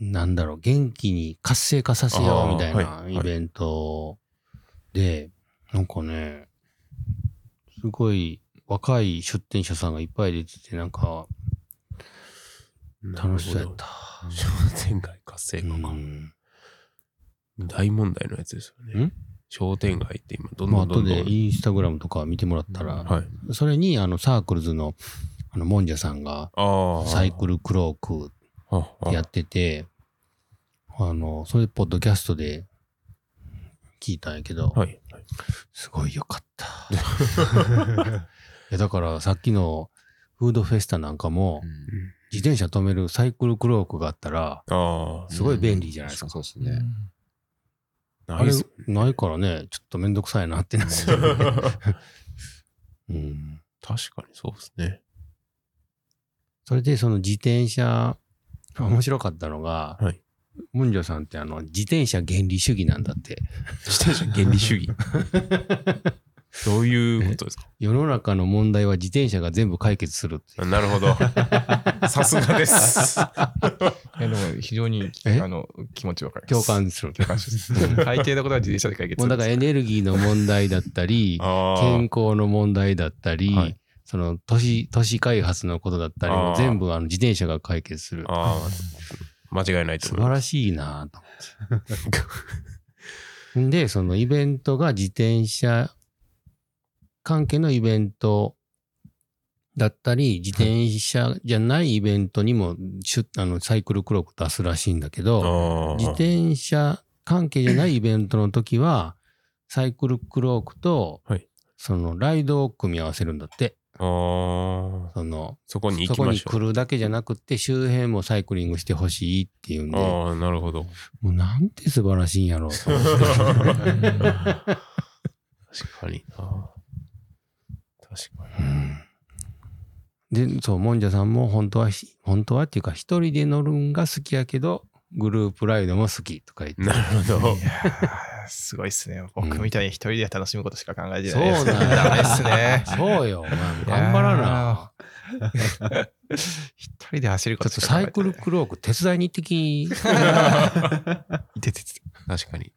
Speaker 3: なんだろう、元気に活性化させようみたい
Speaker 1: あー
Speaker 3: な
Speaker 1: はい
Speaker 3: イベントで、なんかね、すごい若い出店者さんがいっぱい出てて、なんか楽しそうやった。
Speaker 1: なるほど。商店街活性
Speaker 3: う
Speaker 1: 化か。
Speaker 3: ん、
Speaker 1: 大問題のやつですよね
Speaker 3: ん。
Speaker 1: 商店街って今、どん
Speaker 3: まあ、
Speaker 1: どんど
Speaker 3: 後
Speaker 1: んどん。
Speaker 3: でインスタグラムとか見てもらったら、
Speaker 1: はい。
Speaker 3: それにあのサークルズのあのもんじゃさんが
Speaker 1: ああ。
Speaker 3: サイクルクローク
Speaker 1: ああ
Speaker 3: やってて、あの、それポッドキャストで聞いたんやけど、
Speaker 1: はい。はい
Speaker 3: すごいよかった。 いや、だからさっきのフードフェスタなんかも、
Speaker 4: うん
Speaker 3: 自転車止めるサイクルクロークがあったら、
Speaker 1: あ
Speaker 3: すごい便利じゃないですか。
Speaker 4: そうですね。
Speaker 1: あ。
Speaker 3: あ
Speaker 1: ナ
Speaker 3: れ
Speaker 1: イス。
Speaker 3: ないからね、ちょっとめんどくさいなってなって。 うん、
Speaker 1: 確かにそうです ね。
Speaker 3: それでその自転車、面白かったのが、
Speaker 1: はい
Speaker 3: ムンジョさんってあの自転車原理主義なんだって。
Speaker 1: 自転車原理主義。 どういうことですか
Speaker 3: 世の中の問題は自転車が全部解決するって。
Speaker 1: なるほど。さすが です。
Speaker 2: いやでも非常に
Speaker 3: え
Speaker 2: あの気持ちわかりま
Speaker 3: 共
Speaker 2: す。
Speaker 3: 感する。
Speaker 2: 共感します。大抵のことは自転車で解決
Speaker 3: もうだからエネルギーの問題だったり、
Speaker 1: あ
Speaker 3: 健康の問題だったり、
Speaker 1: はい
Speaker 3: その都市、都市開発のことだったりも
Speaker 1: あー
Speaker 3: 全部あの自転車が解決する
Speaker 1: あ。ああ。間違いないと
Speaker 3: 素
Speaker 1: 思い
Speaker 3: 晴
Speaker 1: ま
Speaker 3: らしいなぁと。んで、そのイベントが自転車関係のイベントだったり、自転車じゃないイベントにも出あのサイクルクロック出すらしいんだけど、
Speaker 1: す。
Speaker 3: 自転車関係じゃないイベントの時は、サイクルクロークと
Speaker 1: はい、
Speaker 3: そのライドを組み合わせるんだって。
Speaker 1: ああ。
Speaker 3: その、
Speaker 1: そこに行
Speaker 3: そ
Speaker 1: き
Speaker 3: こ
Speaker 1: ま
Speaker 3: に
Speaker 1: しょ
Speaker 3: 来るだけじゃなくって、周辺もサイクリングしてほしいっていうん
Speaker 1: う。
Speaker 3: で、
Speaker 1: ああ、なるほど。
Speaker 3: もうなんて素晴らしいんやろうと思って。
Speaker 1: 確かにな。確か
Speaker 3: うんで、そう、もんじゃさんも本当はし、本当はっていうか、一人で乗るんが好きやけど、グループライドも好きとか言って
Speaker 1: に。。なるほど
Speaker 2: い。やーすごいっすね。僕みたいに一人で楽しむことしか考えて
Speaker 3: そ
Speaker 2: な
Speaker 3: う
Speaker 2: いです。
Speaker 3: なん
Speaker 2: ダメっすね。
Speaker 3: そうよ、お前も頑張らな。
Speaker 2: 一人で走るこ
Speaker 3: ちょ
Speaker 2: と
Speaker 3: っとサイクル
Speaker 2: 確
Speaker 3: クローク手伝いに行ってき。
Speaker 1: 確かに。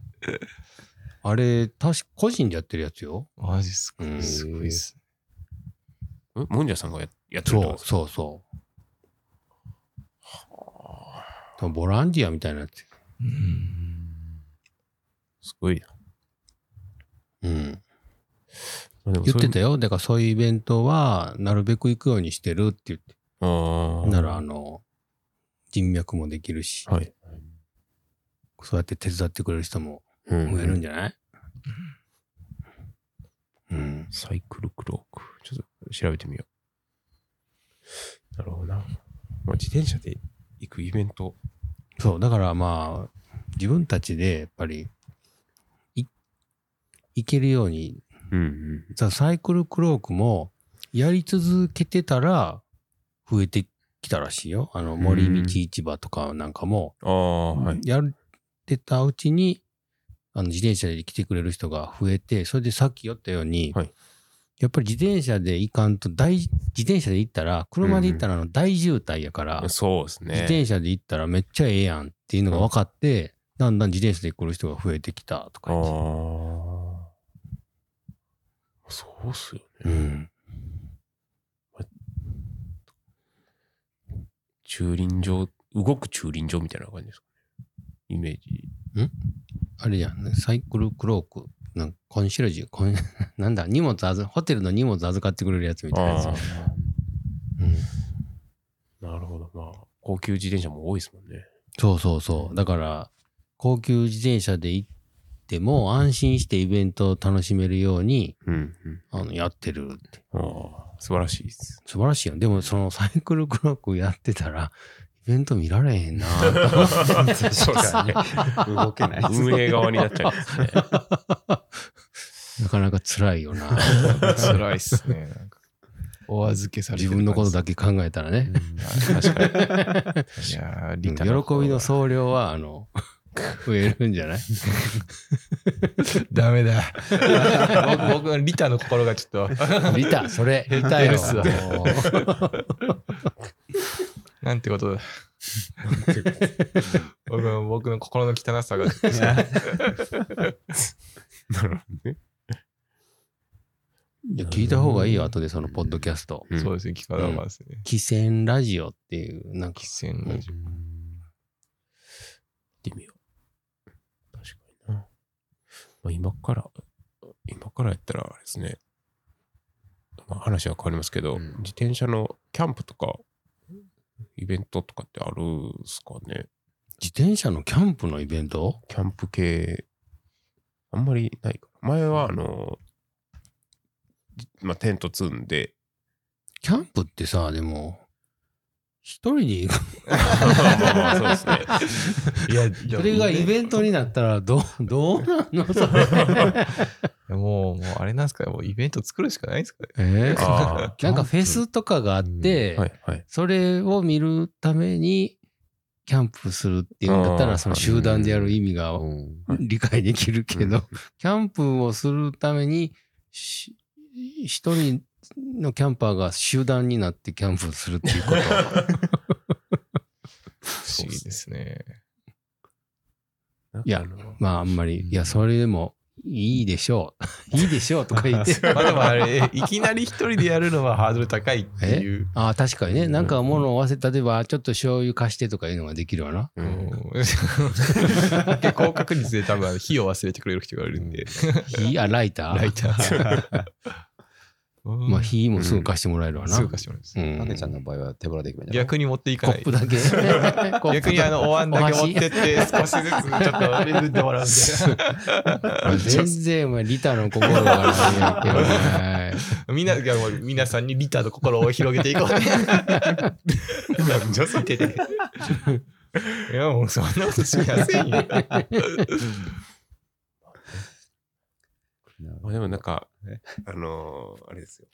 Speaker 3: あれ、確か個人でやってるやつよ。
Speaker 2: マジっすか
Speaker 3: うん
Speaker 2: すごいっす
Speaker 1: んもんじゃさんがややってるって
Speaker 3: そ
Speaker 1: こと
Speaker 3: うそうそう。多分ボランティアみたいなやつ。
Speaker 2: ね。
Speaker 1: すごいな。
Speaker 3: うん、
Speaker 1: まあでも
Speaker 3: 言
Speaker 1: そ
Speaker 3: っ
Speaker 1: うい
Speaker 3: て
Speaker 1: う
Speaker 3: たよ。だからそういうイベントは、なるべく行くようにしてるって言って。
Speaker 1: ああ。
Speaker 3: なら、あの、人脈もできるし、
Speaker 1: はい。
Speaker 3: そうやって手伝ってくれる人も
Speaker 1: う
Speaker 3: 増える
Speaker 1: ん。
Speaker 3: んじゃないうん。
Speaker 1: サイクルクローク。ちょっと調べてみよう。なるほどな。まあ、自転車で行くイベント。
Speaker 3: そう、だからまあ、自分たちでやっぱり、い、いけるように、
Speaker 1: うんうん。
Speaker 3: さサイクルクロークも、やり続けてたら、増えてきたらしいよ。あの、森道市場とかなんかも、
Speaker 1: ああ、はい。
Speaker 3: やってたうちに、あの自転車で来てくれる人が増えて、それでさっき言ったように、
Speaker 1: はい
Speaker 3: やっぱり自転車で行かんと大、自転車で行ったら、車で行ったらあの大渋滞やから、
Speaker 1: そうですね。
Speaker 3: 自転車で行ったらめっちゃええやんっていうのが分かって、だんだん自転車で来る人が増えてきたとか
Speaker 1: あ
Speaker 3: 言って
Speaker 1: あ。そうっすよね。
Speaker 3: うん、
Speaker 1: 駐輪場、動く駐輪場みたいな感じですかね。イメージ。
Speaker 3: あれやん、ね、サイクルクローク、なんかコンシェルジュ、コン なんだ、荷物預、ホテルの荷物預かってくれるやつみたいなやつ。
Speaker 1: あ
Speaker 3: うん
Speaker 1: あ。なるほど。まあ、高級自転車も多いですもんね。
Speaker 3: そうそうそう。だから、高級自転車で行っても安心してイベントを楽しめるように、
Speaker 1: うん、うん。
Speaker 3: あの、やってるって。
Speaker 1: ああ、素晴らしいです。
Speaker 3: 素晴らしいよ。でも、そのサイクルクロックやってたら、イベント見られ へんなぁ
Speaker 1: そうですね。
Speaker 4: 動け ない。
Speaker 1: 運営側になっちゃうんです ね。
Speaker 3: なかなか辛いよな
Speaker 2: 辛いっすね。なんかお預けされて
Speaker 3: 自
Speaker 2: る
Speaker 3: 分のことだ
Speaker 2: け。
Speaker 3: け考えたらね。
Speaker 2: 確かに。いやー、
Speaker 3: 喜
Speaker 2: リタ
Speaker 3: びの
Speaker 2: そ
Speaker 3: 総量は、あの、増えるんじ ゃない
Speaker 2: ダメだ。僕、僕のリタの心がちょっと、
Speaker 3: リタ、それ、リタ
Speaker 2: タ
Speaker 3: よ
Speaker 2: ですわ。なんてことだ。僕の僕の心の汚さがちょっとさ
Speaker 1: なるほどね。
Speaker 3: いや聞いた方がいいよ、後でそのポッドキャスト。
Speaker 1: うん
Speaker 2: そうですね、聞かなかですね。
Speaker 3: 汽船ラジオっていう、なんか
Speaker 2: 喫、煙ラジ
Speaker 1: 行ってみよう。確かにな。まあ、今から、今からやったらあれですね。まあ、話は変わりますけど、
Speaker 4: うん
Speaker 1: 自転車のキャンプとか、イベントとかってあるんすかね
Speaker 3: 自転車のキャンプのイベント
Speaker 1: キャンプ系、あんまりないかな。前は、あの、じまあ、テント積んで、
Speaker 3: キャンプってさ、でも、一人で行く。
Speaker 1: まあまあまあそうですね。
Speaker 2: オ。いや、いや
Speaker 3: それがイベントになったら、どう、どうなのそれ。
Speaker 2: もう、もうあれなんですか、もうイベント作るしかないんですかね。
Speaker 3: えー
Speaker 1: あ
Speaker 3: なんかフェスとかがあ
Speaker 1: あ、
Speaker 3: って
Speaker 1: は、いはい。
Speaker 3: それを見るために、キャンプするっていうんだった
Speaker 1: あー
Speaker 3: ら、その集団でやる意味が
Speaker 4: うん
Speaker 3: 理解できるけ
Speaker 1: うん
Speaker 3: ど、キャンプをするために、し一人のキャンパーが集団になってキャンプするっていうこと。
Speaker 2: 不思議ですね。
Speaker 3: いや
Speaker 1: なんかあの
Speaker 3: まああんまり、いや、それでもいいでしょう。 いいでしょうとか言って。
Speaker 2: まあでもあれ、いきなり一人でやるのはハードル高いっていう。
Speaker 3: ああ、確かにね。なんか物を合わせ、例えば、ちょっと醤油貸してとかいうのができるわな。
Speaker 1: う
Speaker 2: うん
Speaker 1: ん、
Speaker 2: 結構確率で多分火を忘れてくれる人がいるんで、
Speaker 3: 火、あ、ライタ ー
Speaker 2: ライター。
Speaker 3: まあ、火もすぐ貸してもらえるわな。
Speaker 2: すぐ貸してもらいます。
Speaker 3: うん
Speaker 4: タケちゃんの場合は手ぶらで行くみたいな。
Speaker 2: 逆に持っていか
Speaker 3: コ
Speaker 2: な
Speaker 3: ッ
Speaker 2: い
Speaker 3: プ。だ け。コップ
Speaker 2: 逆にあのお椀だけ持ってって少しずつちょっと恵んでもらうん で。
Speaker 3: 全然、お前、リタの心がないけどね。
Speaker 2: みんな、いやもう皆さんにリターの心を広げていこうね。 なんじゃそれ。いや、もうそんなことしませんよ。
Speaker 1: まあでもなんか
Speaker 4: ね、
Speaker 1: あのーあれですよ。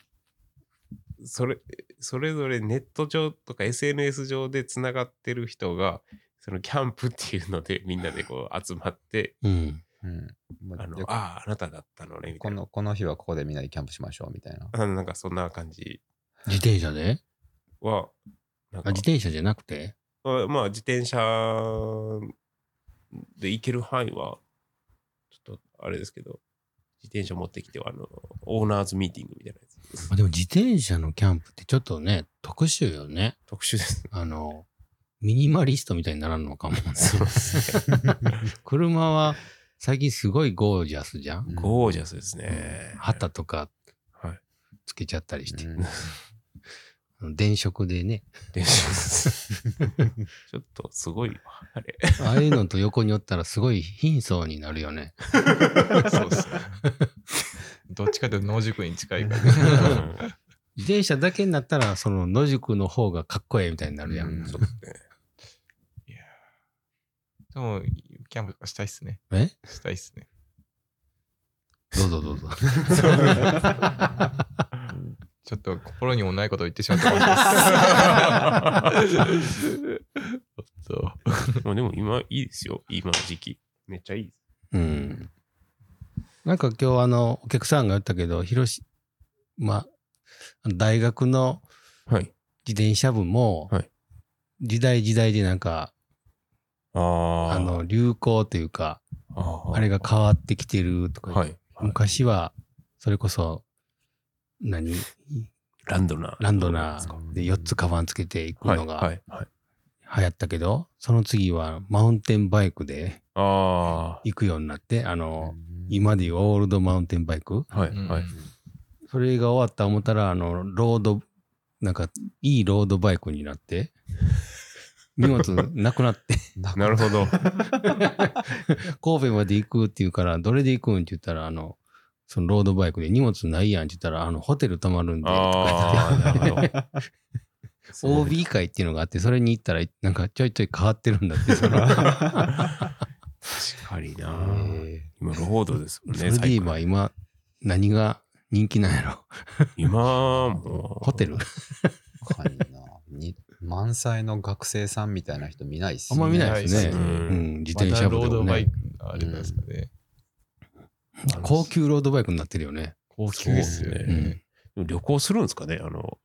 Speaker 1: それ、それぞれネット上とか SNS 上でつながってる人が、そのキャンプっていうのでみんなでこう集まって、
Speaker 3: うん。
Speaker 4: うんまあ
Speaker 1: あの、
Speaker 4: で
Speaker 1: ああ、あなただったのね、みた
Speaker 4: こ
Speaker 1: いな。
Speaker 4: のこの日はここでみんなでキャンプしましょうみたいな。
Speaker 1: あのなんかそんな感じ
Speaker 3: 自転車で
Speaker 1: は、なん
Speaker 3: あ
Speaker 1: か
Speaker 3: 自転車じゃなくて
Speaker 1: あまあ、自転車で行ける範囲は、ちょっとあれですけど、自転車持ってきては、あの、オーナーズミーティングみたいなやつ。
Speaker 3: あでも自転車のキャンプってちょっとね、特殊よね。
Speaker 1: 特殊です。
Speaker 3: あの、ミニマリストみたいにならんのかもね。車は最近すごいゴージャスじゃん。
Speaker 4: うん
Speaker 1: ゴージャスですね。
Speaker 3: 旗とか
Speaker 1: はい。
Speaker 3: つけちゃったりして。
Speaker 4: うん
Speaker 3: あの電飾でね。
Speaker 1: 電車です。ちょっとすごいわ、あれ。
Speaker 3: ああいうのと横におったらすごい貧相になるよね。
Speaker 2: そうですね。どっちかというと野宿に近いから。
Speaker 3: 自転車だけになったら、その野宿の方がかっこええみたいになるやん。
Speaker 1: うんそうですね。
Speaker 2: でも、キャンプとかしたいっすね。
Speaker 3: え
Speaker 2: したいっすね。
Speaker 3: どうぞどうぞ。
Speaker 2: ちょっと心にもないことを言ってしまったかもしれ ないです。そう。
Speaker 1: まあでも今いいですよ、今の時期。めっちゃいいです。
Speaker 3: うん。なんか今日あの、お客さんが言ったけど、広し、まあ、大学の
Speaker 1: はい。
Speaker 3: 自転車部も、
Speaker 1: はい
Speaker 3: 時代時代でなんか、
Speaker 1: ああ
Speaker 3: あの、流行というか、
Speaker 1: あ
Speaker 3: あれが変わってきてるとか、
Speaker 1: はい。
Speaker 3: 昔は、それこそ、何
Speaker 1: ランドナー。
Speaker 3: ランドナ
Speaker 4: そうなん
Speaker 3: ー
Speaker 4: で
Speaker 3: です
Speaker 4: か
Speaker 3: 4つカバンつけていく
Speaker 1: はい。
Speaker 3: の
Speaker 1: は
Speaker 3: が
Speaker 1: い。はい、
Speaker 3: 流行ったけど、その次はマウンテンバイクで
Speaker 1: あ
Speaker 3: 行くようになって、あの、
Speaker 4: うん
Speaker 3: 今でいうオールドマウンテンバイク
Speaker 1: あ。はい。
Speaker 2: うん
Speaker 1: はい。
Speaker 3: それが終わった思ったら、あの、ロード、なんか、いいロードバイクになって、荷物なくなって、
Speaker 1: なるほ ど。
Speaker 3: 神戸まで行くって言うから、どれで行くんって言ったら、あの、そのロードバイクで荷物ないやんって言ったら、あの、ホテル泊まるんで、
Speaker 1: ああ、なるほど。
Speaker 3: OB 会っていうのがあって、それに行ったら、なんかちょいちょい変わってるんだって、その、
Speaker 1: 確かにな。
Speaker 4: え
Speaker 1: 今、ロードですもん
Speaker 3: そ
Speaker 1: ね。
Speaker 3: れで
Speaker 1: 最
Speaker 3: 今、
Speaker 1: 近
Speaker 3: 今、何が人気なんやろ
Speaker 1: 今、もう。
Speaker 3: ホテル
Speaker 4: ーかいなに満載の学生さんみたいな人見ないっす
Speaker 3: あんま見ないですね。
Speaker 2: う
Speaker 3: うんん、自
Speaker 2: ま
Speaker 3: 転
Speaker 2: た
Speaker 3: 車部
Speaker 2: ロ
Speaker 3: で
Speaker 2: ード
Speaker 3: も
Speaker 2: バイ
Speaker 3: ね
Speaker 2: ク。があれなんですかね。
Speaker 3: 高級ロードバイクになってるよね。
Speaker 2: 高級
Speaker 1: そう
Speaker 2: で
Speaker 1: ですす
Speaker 2: よ
Speaker 1: ね
Speaker 2: ね。
Speaker 1: 旅行するんですかねあの、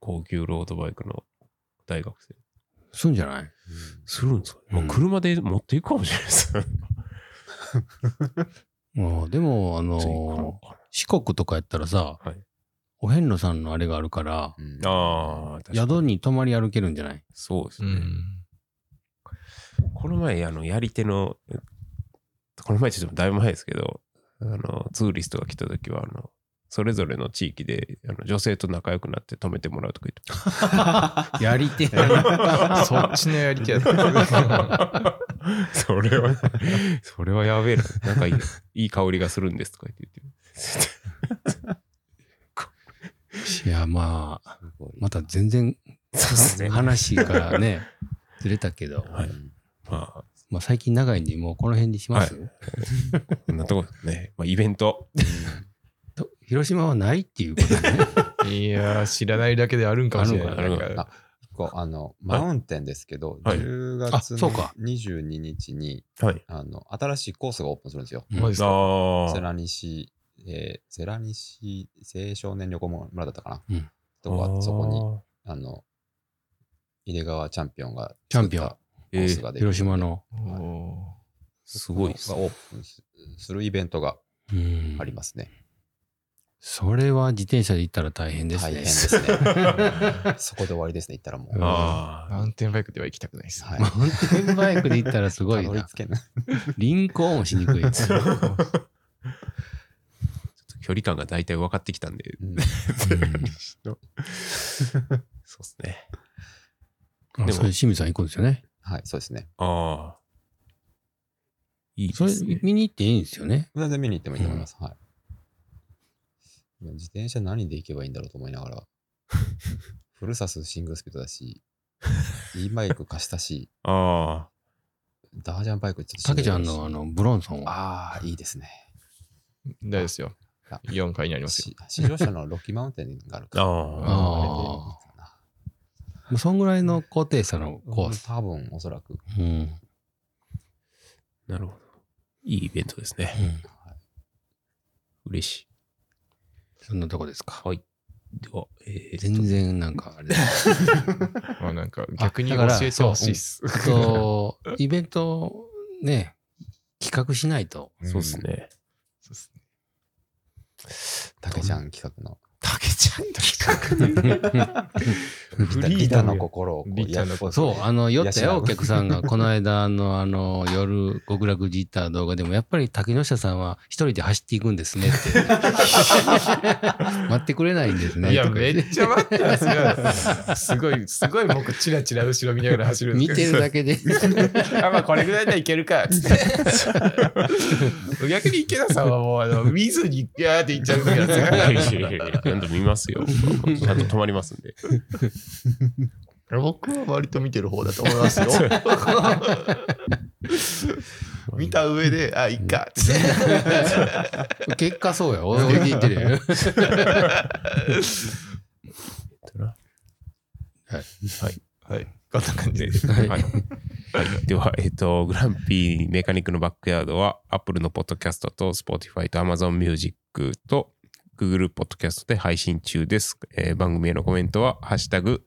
Speaker 1: 高級ロードバイクの大学生。
Speaker 3: すんじゃない
Speaker 1: するんですかね、
Speaker 3: うん
Speaker 1: もう車で持っていくかもしれないです。
Speaker 3: もうでも、あの
Speaker 1: つい行くの
Speaker 3: ー
Speaker 1: か
Speaker 3: 四国とかやったらさ、
Speaker 1: はい
Speaker 3: お遍路さんのあれがあるから、
Speaker 4: うんうん
Speaker 1: なああ、確かに
Speaker 3: 宿に泊まり歩けるんじゃない
Speaker 1: そうです
Speaker 2: う
Speaker 1: ね。
Speaker 2: ん。
Speaker 1: この前、あの、やり手の、えこの前ちょっとだいぶ前ですけど、あの、ツーリストが来た時は、あの、それぞれの地域であの女性と仲良くなって止めてもらうとか言ってま し
Speaker 3: やりてえ
Speaker 2: そっちのやり手やった。
Speaker 1: たそれは、 それはやべえな。なんかいいいい香りがするんですとか言って言って。
Speaker 3: いや、まあ、
Speaker 4: すごい
Speaker 3: また全然
Speaker 1: そうですね。
Speaker 3: 話からね、ずれたけど、
Speaker 1: はい
Speaker 4: うん
Speaker 1: まあ、
Speaker 3: まあ最近長いんで、もうこの辺にします、
Speaker 1: こんなとこですね。まあ、イベント。
Speaker 3: と広島はないっていうことね。
Speaker 2: いやー、知らないだけであるんかもしれない。
Speaker 1: あるのかな
Speaker 2: なんか
Speaker 4: こうあのマウンテンですけど、
Speaker 1: はい
Speaker 4: 10
Speaker 3: あ
Speaker 4: 月
Speaker 3: そ
Speaker 4: の
Speaker 3: うか
Speaker 4: 22日に
Speaker 1: はい。
Speaker 4: あの新しいコースがオープンするんですよ。
Speaker 2: マジっす
Speaker 1: あ
Speaker 2: か
Speaker 1: あ。
Speaker 4: セラニシ、えーセラニシ青少年旅行村だったかな、
Speaker 3: うん
Speaker 4: とかあってそこにあの入れ川チャンピオンが
Speaker 3: チャンピオン
Speaker 4: コースができる
Speaker 3: 広島の。
Speaker 2: お
Speaker 1: すごいです
Speaker 4: が。オープンすするイベントが
Speaker 3: うん
Speaker 4: ありますね。
Speaker 3: それは自転車で行ったら大変です
Speaker 4: 大
Speaker 3: ね。
Speaker 4: 変ですね。そこで終わりですね、行ったらもう。
Speaker 3: うん
Speaker 2: ー
Speaker 1: あ
Speaker 2: マウンテンバイクでは行きたくないです。
Speaker 4: はい
Speaker 3: マウンテンバイクで行ったらすごい
Speaker 4: たどり
Speaker 3: な
Speaker 4: 着。けない。
Speaker 3: 輪行もしにくい。
Speaker 1: あ。距離感が大体分かってきたんで、
Speaker 4: うん
Speaker 1: そうですね。
Speaker 3: うん、
Speaker 1: で
Speaker 3: で
Speaker 1: も
Speaker 3: も、清水さん行くんですよね。
Speaker 4: はい、そうですね。
Speaker 1: ああ。いいで
Speaker 3: それ
Speaker 1: すね。
Speaker 3: 見に行っていいんですよね。
Speaker 4: 全然見に行ってもいいと思います。はい。自転車何で行けばいいんだろうと思いながら。フルサスシングルスピードだし、E マイク貸したし、
Speaker 1: あ
Speaker 4: ダージャンバイクちょっと
Speaker 3: たけちゃん
Speaker 4: しど
Speaker 3: のあ
Speaker 4: いし
Speaker 3: のブロンソンは。
Speaker 4: ああ、いいですね。
Speaker 2: 大丈夫ですよ。4回になりますよ。
Speaker 4: し試乗車のロッキーマウンテンがある
Speaker 1: あ。
Speaker 4: から。
Speaker 1: ああ。
Speaker 3: あ
Speaker 4: れでいいかな
Speaker 3: もうそんぐらいの高低差のコース。
Speaker 4: 多分、おそらく。
Speaker 3: うん。
Speaker 1: なるほど。いいイベントですね。
Speaker 3: うん
Speaker 1: 嬉しい。
Speaker 3: そんなとこですか。
Speaker 1: はい。では、えー、
Speaker 3: 全然なんかあれだ。
Speaker 2: まあなんか 逆に
Speaker 3: あ
Speaker 2: 教
Speaker 3: だから
Speaker 2: えてほしいっす。
Speaker 3: えっと、イベントね、企画しないと。
Speaker 1: そうですね。
Speaker 2: そうっすね
Speaker 4: たけちゃん企画の。
Speaker 1: たけちゃん
Speaker 4: ギ
Speaker 1: フ
Speaker 4: タ
Speaker 1: リ
Speaker 4: ギ
Speaker 1: ー
Speaker 4: タ
Speaker 1: ダム
Speaker 4: ーの
Speaker 1: や
Speaker 4: 心をこう
Speaker 2: リタの心
Speaker 3: そう、あの、酔った
Speaker 4: 養
Speaker 3: よ、
Speaker 4: う
Speaker 3: お客さ んが。この間の、あの、夜、極楽寺行った動画でも、やっぱり滝下さんは一人で走っていくんです ねって。待ってくれないんですね。
Speaker 2: いや、
Speaker 3: とか
Speaker 2: めっちゃ待ってますよ。すごい、すごい僕、チラチラ後ろ見ながら走るん
Speaker 3: 見
Speaker 2: です
Speaker 3: て
Speaker 2: けど。
Speaker 3: るだけで。
Speaker 2: あ、まあ、これぐらいならいけるか。 つって逆に池田さんはもう、あの、見ずに、いやーって言っちゃうから
Speaker 1: いやいやいやいやちゃんと見ます よ。ちゃんと止まりますんで。
Speaker 2: 僕は割と見てる方だと思いますよ。 見た上で、あ、いっか。つって
Speaker 3: 結果そうや、泳いでいってるよ。
Speaker 2: はい。こんな感じで。
Speaker 1: はい。はい、では、えっ、と、グランピーメカニックのバックヤードは、Apple のポッドキャストと Spotify と Amazon Music と Google ポッドキャストで配信中です。えー番組へのコメントは、ハッシュタグ、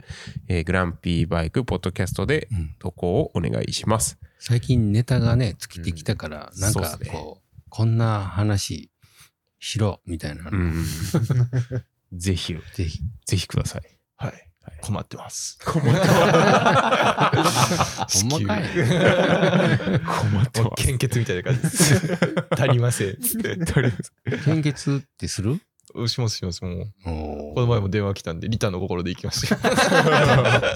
Speaker 1: えーグランピーバイクポッドキャストで
Speaker 3: うん
Speaker 1: 投稿をお願いします。
Speaker 3: 最近ネタがね、尽きてきたから、
Speaker 1: うん
Speaker 3: なん
Speaker 1: そう
Speaker 3: か
Speaker 1: っすね
Speaker 3: こう、こんな話しろ、みたいな
Speaker 1: う。ん。ぜひ、
Speaker 3: ぜひ。
Speaker 1: ぜひください。
Speaker 2: はい。困ってます。
Speaker 3: ほんま かい。
Speaker 1: 困って
Speaker 2: もう
Speaker 1: ます。
Speaker 2: 献血みたいな感じです。 足りません。
Speaker 3: 献血ってする
Speaker 2: しますします。もう、
Speaker 3: お
Speaker 2: こ
Speaker 3: ー
Speaker 2: の前も電話来たんで、リタの心で行きました。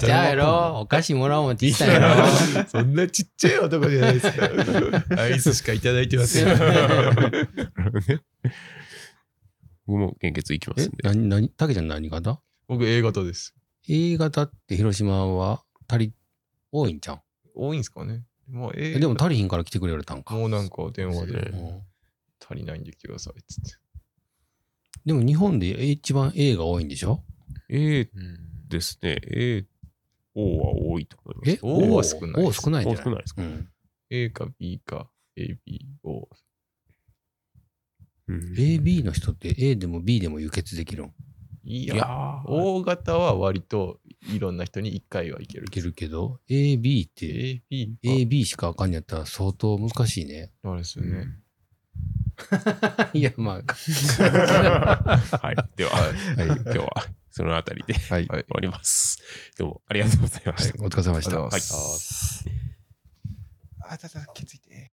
Speaker 3: じゃあやろ、お菓子もらおうもんって言ったんやろ。
Speaker 2: そんなちっちゃい男じゃないですか。アイスしかいただいてません。
Speaker 1: 僕も献血いきま
Speaker 3: え
Speaker 1: すん、で。
Speaker 3: なに、なに、たけちゃん何型
Speaker 2: 僕 A 型です。
Speaker 3: ?A 型って広島は足り、多いんじゃん。
Speaker 2: 多いんですかね。もう
Speaker 3: え
Speaker 2: A
Speaker 3: でも足りひんから来てくれるたんか。
Speaker 2: もうなんか電話
Speaker 1: そうですね
Speaker 2: で
Speaker 3: うん
Speaker 2: 足りないんで来てくださいっつって。
Speaker 3: でも日本で一番 A が多いんでしょ
Speaker 1: A
Speaker 4: うん
Speaker 1: ですね。A、O は多いと思います。
Speaker 3: え
Speaker 2: O は少ない
Speaker 3: O 少ないん
Speaker 1: O
Speaker 3: じゃ
Speaker 1: 少
Speaker 3: ない
Speaker 1: ないですか
Speaker 3: う。ん。
Speaker 2: A か B か A、B、O。
Speaker 1: うん
Speaker 3: AB の人って A でも B でも輸血できるん
Speaker 2: い
Speaker 1: い
Speaker 2: や、
Speaker 1: やー
Speaker 2: O 型は割といろんな人に1回はいける
Speaker 3: い。けるけど、AB って
Speaker 2: A、B か。
Speaker 3: AB しかあかんやったら相当難しいね。
Speaker 2: あれですよね。
Speaker 3: いや、 まあ、
Speaker 1: はい。では、
Speaker 3: い
Speaker 1: 今日はそのあたりで終
Speaker 3: はい。
Speaker 2: はい
Speaker 1: わります。どうもありがとうございました。
Speaker 3: お疲れ様でした。
Speaker 2: ありがとうございます
Speaker 1: はい
Speaker 4: あー
Speaker 2: あ、たた、気づいて。